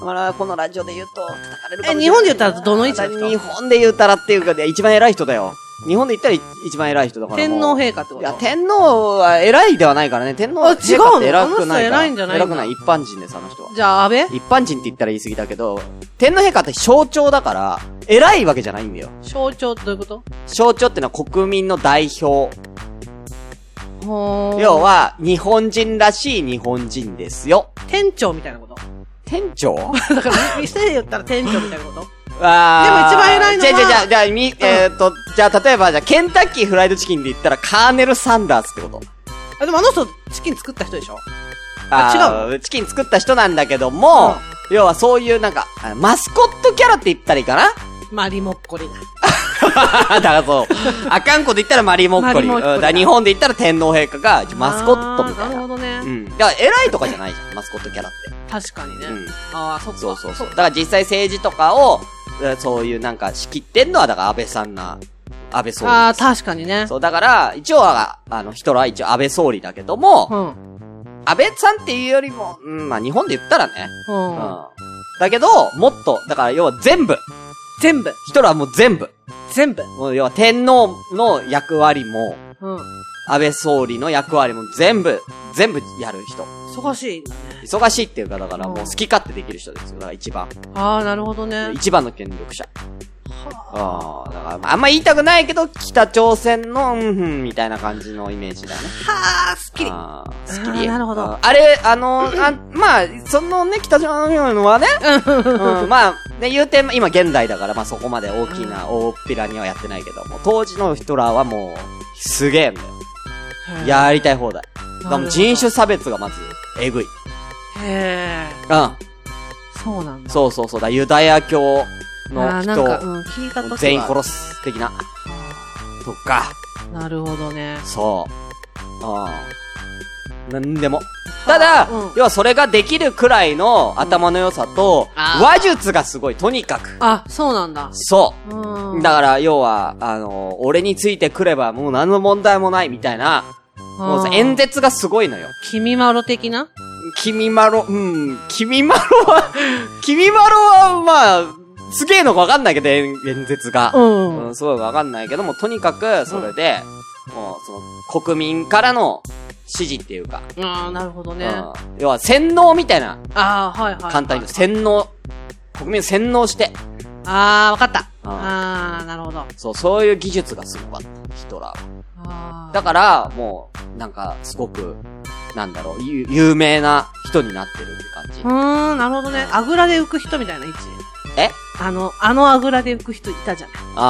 Speaker 1: だから、このラジオで言うと、叩かれるかもしれない。
Speaker 4: え日本で言ったらどの位置の人
Speaker 1: 日本で言ったらっていうか、いや一番偉い人だよ。日本で言ったらい一番偉い人だから。
Speaker 4: 天皇陛下ってこと
Speaker 1: いや、天皇は偉いではないからね。天皇
Speaker 4: あ
Speaker 1: は
Speaker 4: 違うの
Speaker 1: 偉くないから。
Speaker 4: あの人偉いんじゃないんだ
Speaker 1: 偉くない。一般人です、あの人は。
Speaker 4: じゃあ、安倍
Speaker 1: 一般人って言ったら言い過ぎだけど、天皇陛下って象徴だから、偉いわけじゃないんだよ。
Speaker 4: 象徴ってどういうこと
Speaker 1: 象徴ってのは国民の代表。
Speaker 4: ほー
Speaker 1: 要は、日本人らしい日本人ですよ。
Speaker 4: 店長みたいなこと
Speaker 1: 店 長
Speaker 4: だから、店で言ったら店長みたいなこと
Speaker 1: あー
Speaker 4: でも一番偉いのは
Speaker 1: じゃあじゃあじゃあ、じゃあ、み、えーっと、じゃあ、例えば、じゃあ、ケンタッキーフライドチキンで言ったら、カーネル・サンダースってこと。
Speaker 4: あ、でもあの人、チキン作った人でしょ
Speaker 1: あ違う。チキン作った人なんだけども、要はそういうなんか、あマスコットキャラって言ったらいいかな
Speaker 4: マリモッコリだ。
Speaker 1: だからそう。あかんこと言ったらマリーモッコリ。
Speaker 4: マリーモッコリだ
Speaker 1: うんだから日本で言ったら天皇陛下が、マスコットみた
Speaker 4: あー
Speaker 1: い
Speaker 4: なる
Speaker 1: な。
Speaker 4: ほど
Speaker 1: う
Speaker 4: ね。
Speaker 1: ん。だから偉いとかじゃないじゃん、マスコットキャラって。
Speaker 4: 確かにね
Speaker 1: うん。
Speaker 4: ああ、そっか。
Speaker 1: そうそうそう。だから実際政治とかを、えーそういうなんか仕切ってんのは、だから安倍さんな、安倍総理
Speaker 4: あ
Speaker 1: で
Speaker 4: あ、
Speaker 1: す。
Speaker 4: 確かにね。
Speaker 1: そう、だから、一応は、あの、ヒトラーは一応安倍総理だけども、
Speaker 4: うん。
Speaker 1: 安倍さんっていうよりも、うん、まあ日本で言ったらね、う。
Speaker 4: うんん。
Speaker 1: だけど、もっと、だから要は全部、
Speaker 4: 全部。
Speaker 1: ヒトラーはもう全部、
Speaker 4: 全部。
Speaker 1: もう要は天皇の役割も、
Speaker 4: うん。
Speaker 1: 安倍総理の役割も全部、全部やる人。
Speaker 4: 忙しいんだね。
Speaker 1: 忙しいっていうか、だからもう
Speaker 4: うん
Speaker 1: 好き勝手できる人ですよ。だから一番。
Speaker 4: ああ、なるほどね。
Speaker 1: 一番の権力者。ああ、だから、まああんま言いたくないけど、北朝鮮の、うんふん、みたいな感じのイメージだね。
Speaker 4: はあ、すっきり。
Speaker 1: あーすっきり。
Speaker 4: あーなるほど
Speaker 1: あーあれ、あの、あまあ、そのね、北朝鮮のはね、うん、まあ、ね、言うて、今現代だから、まあそこまで大きな大っぴらにはやってないけども、当時のヒトラーはもう、すげえんだよ。やりたい放題。だからもう人種差別がまず、えぐい。
Speaker 4: 種。へえ。
Speaker 1: うん。
Speaker 4: そうなんだ。
Speaker 1: そうそうそうだ、ユダヤ教
Speaker 4: あ
Speaker 1: の
Speaker 4: ーなんか、
Speaker 1: 人
Speaker 4: うん、聞いたと
Speaker 1: を
Speaker 4: は
Speaker 1: 全員殺す、的な。とか。
Speaker 4: なるほどね。
Speaker 1: そう。ああ。なんでも。ただ、
Speaker 4: うん
Speaker 1: 要はそれができるくらいの頭の良さと、
Speaker 4: あー
Speaker 1: 話術がすごい、とにかく。
Speaker 4: あ、そうなんだ。
Speaker 1: そうう。
Speaker 4: ん。
Speaker 1: だから、要は、あの、俺についてくればもう何の問題もないみたいな、もうさ
Speaker 4: ん
Speaker 1: 演。説がすごいのよ。
Speaker 4: 君まろ的な
Speaker 1: 君まろ、うん、君まろは、 君まろは、まあ、すげえのかわかんないけど、演演説が。
Speaker 4: ん
Speaker 1: うん、すごいわかんないけども、とにかく、それで、もう、その、国民からの支持っていうか、
Speaker 4: ああ、なるほどね。あ
Speaker 1: うん、要は洗脳みたいな、
Speaker 4: あー、はいはいはい。
Speaker 1: 簡単に言うと洗脳、国民を洗脳して、
Speaker 4: ああ、わかった。
Speaker 1: うん
Speaker 4: ああ、なるほど。
Speaker 1: そう、そういう技術がすごかった、ヒトラーは。
Speaker 4: あ
Speaker 1: だから、もう、なんか、すごく、なんだろう、ゆ有名な人になってるって
Speaker 4: う
Speaker 1: 感
Speaker 4: ーん、なるほどね。あぐらで浮く人みたいな位置。
Speaker 1: じ。え
Speaker 4: あの、あのあぐらで浮く人いたじゃない。
Speaker 1: ああ、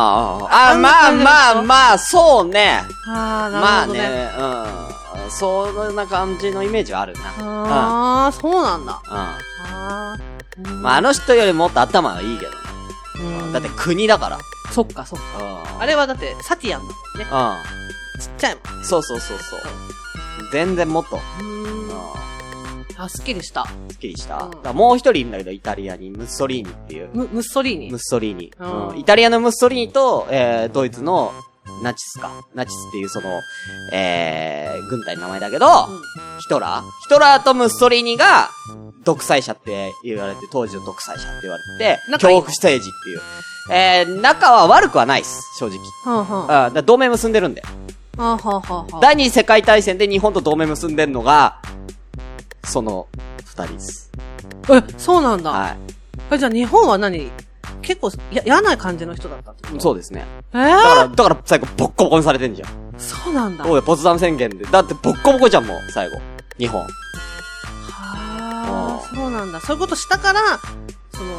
Speaker 1: ああ、あ
Speaker 4: あんな
Speaker 1: まあ
Speaker 4: 感じ
Speaker 1: まあ
Speaker 4: の人
Speaker 1: まあ、そうね。
Speaker 4: ああ、
Speaker 1: まあ
Speaker 4: なるほどね。
Speaker 1: ね、うん。そんな感じのイメージはあるな。
Speaker 4: ああ、そうなんだ。
Speaker 1: うん。うん。
Speaker 4: ああ。
Speaker 1: まあ、あの人よりもっと頭はいいけどね。
Speaker 4: うん
Speaker 1: だって国だから。
Speaker 4: そっかそっか。
Speaker 1: うん。
Speaker 4: あれはだって、サティアンだもんね。
Speaker 1: う
Speaker 4: ちっちゃいもん。
Speaker 1: ん。そうそうそうそう。全然もっと。うん。
Speaker 4: うーん。あ、すっきりした。
Speaker 1: すっきりした。
Speaker 4: うん
Speaker 1: だからもう一人いるんだけど、イタリアに、ムッソリーニっていう。
Speaker 4: ム、ムッソリーニ
Speaker 1: ムッ。ソリーニ。
Speaker 4: うん
Speaker 1: うん。イタリアのムッソリーニと、えー、ドイツの、ナチスか。ナチスっていうその、えー、軍隊の名前だけど、
Speaker 4: うん
Speaker 1: ヒトラーヒトラーとムッソリーニが、独裁者って言われて、当時の独裁者って言われてて、
Speaker 4: 仲いい
Speaker 1: 恐
Speaker 4: の
Speaker 1: 怖政治っていう。えー、仲は悪くはないっす、正直。
Speaker 4: はあはあ。
Speaker 1: あだから同盟結んでるんで。
Speaker 4: はあはあはあはあ。
Speaker 1: 第二次世界大戦で日本と同盟結んでんのが、その、二人です。
Speaker 4: え、そうなんだ。
Speaker 1: は
Speaker 4: えじゃあ日本は何結構、や、嫌な感じの人だったってこ
Speaker 1: い。
Speaker 4: と
Speaker 1: そうですね。
Speaker 4: え
Speaker 1: だ
Speaker 4: ー、
Speaker 1: から、だから最後、ボッコボコにされてんじゃん。
Speaker 4: そうなんだ。
Speaker 1: おい、ポツダム宣言で。だって、ボッコボコじゃん、もう、最後。日本。
Speaker 4: は
Speaker 1: う
Speaker 4: あ、そうなんだ。そういうことしたから、その、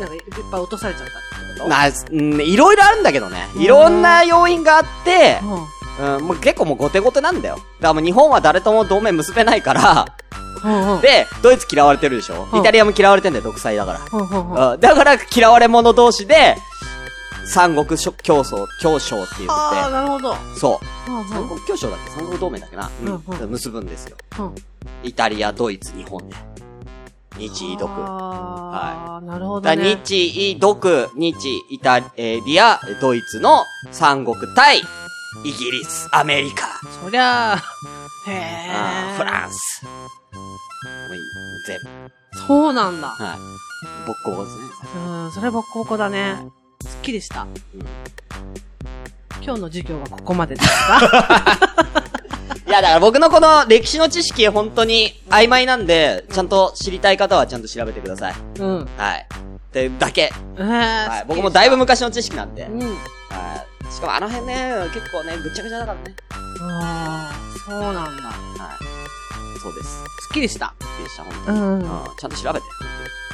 Speaker 4: なんかいっぱい落とされちゃったってこと
Speaker 1: な、うん、いろいろあるんだけどね。いろんな要因があって、
Speaker 4: う
Speaker 1: うん、もう結構もうゴテゴテなんだよ。だからもう日本は誰とも同盟結べない から、
Speaker 4: ん。うんうん。
Speaker 1: で、ドイツ嫌われてるでしょ
Speaker 4: うん
Speaker 1: イタリアも嫌われてんだよ、独裁だから。
Speaker 4: うんうんうん。
Speaker 1: うんだから嫌われ者同士で、三国諸競争、競争って言
Speaker 4: ああ、
Speaker 1: っ
Speaker 4: なるほど。
Speaker 1: て、そう。
Speaker 4: うんうん
Speaker 1: 三国協商だっけ三国同盟だっけな、うん
Speaker 4: うんう
Speaker 1: 結ぶんですよ。
Speaker 4: うん
Speaker 1: イタリア、ドイツ、日本で。日、イ、独。
Speaker 4: ああ、なるほど
Speaker 1: だ
Speaker 4: ね。
Speaker 1: 日、イ、独、日、イタえーリア、ドイツの三国対、イギリス、アメリカ、
Speaker 4: そりゃあ、へ
Speaker 1: あー
Speaker 4: え。
Speaker 1: フランス。もういい。全部。
Speaker 4: そうなんだ。
Speaker 1: はい。ボッコボコですね。
Speaker 4: うん、それボッコボコだね。すっきりした。
Speaker 1: うん
Speaker 4: 今日の授業はここまでです か
Speaker 1: いや、だから僕のこの歴史の知識、本当に曖昧なんで、ちゃんと知りたい方はちゃんと調べてください。
Speaker 4: うん。
Speaker 1: はい。ってだけ。
Speaker 4: えー
Speaker 1: はい。僕もだいぶ
Speaker 4: ぶ
Speaker 1: 昔の知識なんで。
Speaker 4: うん。
Speaker 1: はい。しかもあの辺ね、結構ね、ぐちゃぐちゃだからね。
Speaker 4: ああ、そうなんだ。
Speaker 1: はい。そうです。
Speaker 4: すっきりした。
Speaker 1: びっくりした、本
Speaker 4: う
Speaker 1: 当に。
Speaker 4: ん。
Speaker 1: うん
Speaker 4: わ。
Speaker 1: ちゃんと調べて。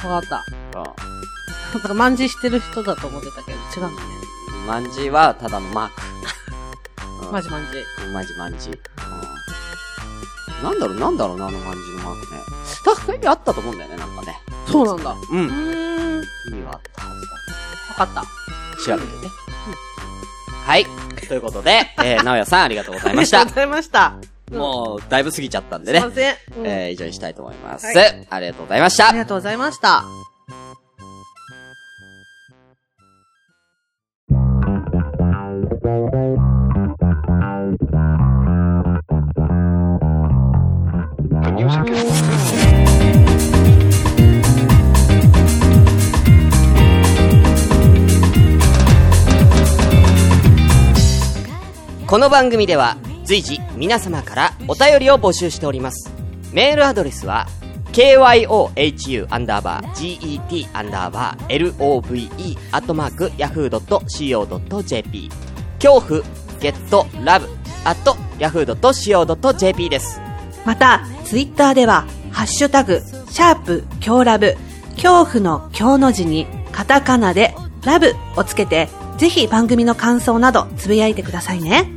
Speaker 4: かった。
Speaker 1: う
Speaker 4: なんか、慢心してる人だと思ってたけど、違うんだね。
Speaker 1: ん。まんじは、ただのマーク。うん
Speaker 4: マジマジ。
Speaker 1: マジマンジ。うんなんだろう、なんだろうな、あの感じのマークね。たか意味あったと思うんだよね、なんかね。
Speaker 4: そうなんだ。
Speaker 1: う
Speaker 4: うーん。わ
Speaker 1: ん。意味はあったはずだ。
Speaker 4: かった。
Speaker 1: 調べてね。はい。ということで、 えー、なおやさんあり がとうございまし
Speaker 4: あ
Speaker 1: た
Speaker 4: りがとう。ございました。
Speaker 1: もう、だいぶ過ぎちゃったん
Speaker 4: す
Speaker 1: で
Speaker 4: い
Speaker 1: ね
Speaker 4: ま。せん。うん
Speaker 1: えー、以上にしたいと思います。
Speaker 4: は
Speaker 1: ありがとうございまし
Speaker 4: あ
Speaker 1: た
Speaker 4: り。がとうございました。
Speaker 1: この番組では随時皆様からお便りを募集しておりますメールアドレスは kyohu アンダーバー get アンダーバー love アットマーク yahoo.co.jp 恐怖 get love アット yahoo.co.jp です
Speaker 4: また、ツイッターでは、ハッシュタグ、シャープ、強ラブ、恐怖の強の字に、カタカナで、ラブをつけて、ぜひ番組の感想など、つぶやいてくださいね。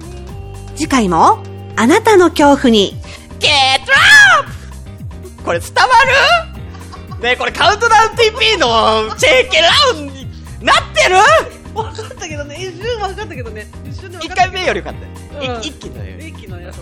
Speaker 4: 次回も、あなたの恐怖に、
Speaker 1: get love これ伝わるねえこれカウントダウン TP のチェーケラウンになってる
Speaker 4: 分かったけどね、一瞬分かったけどね、一瞬で
Speaker 1: 一回目よりよかった、
Speaker 4: うん
Speaker 1: い一気により
Speaker 4: 気のやつ。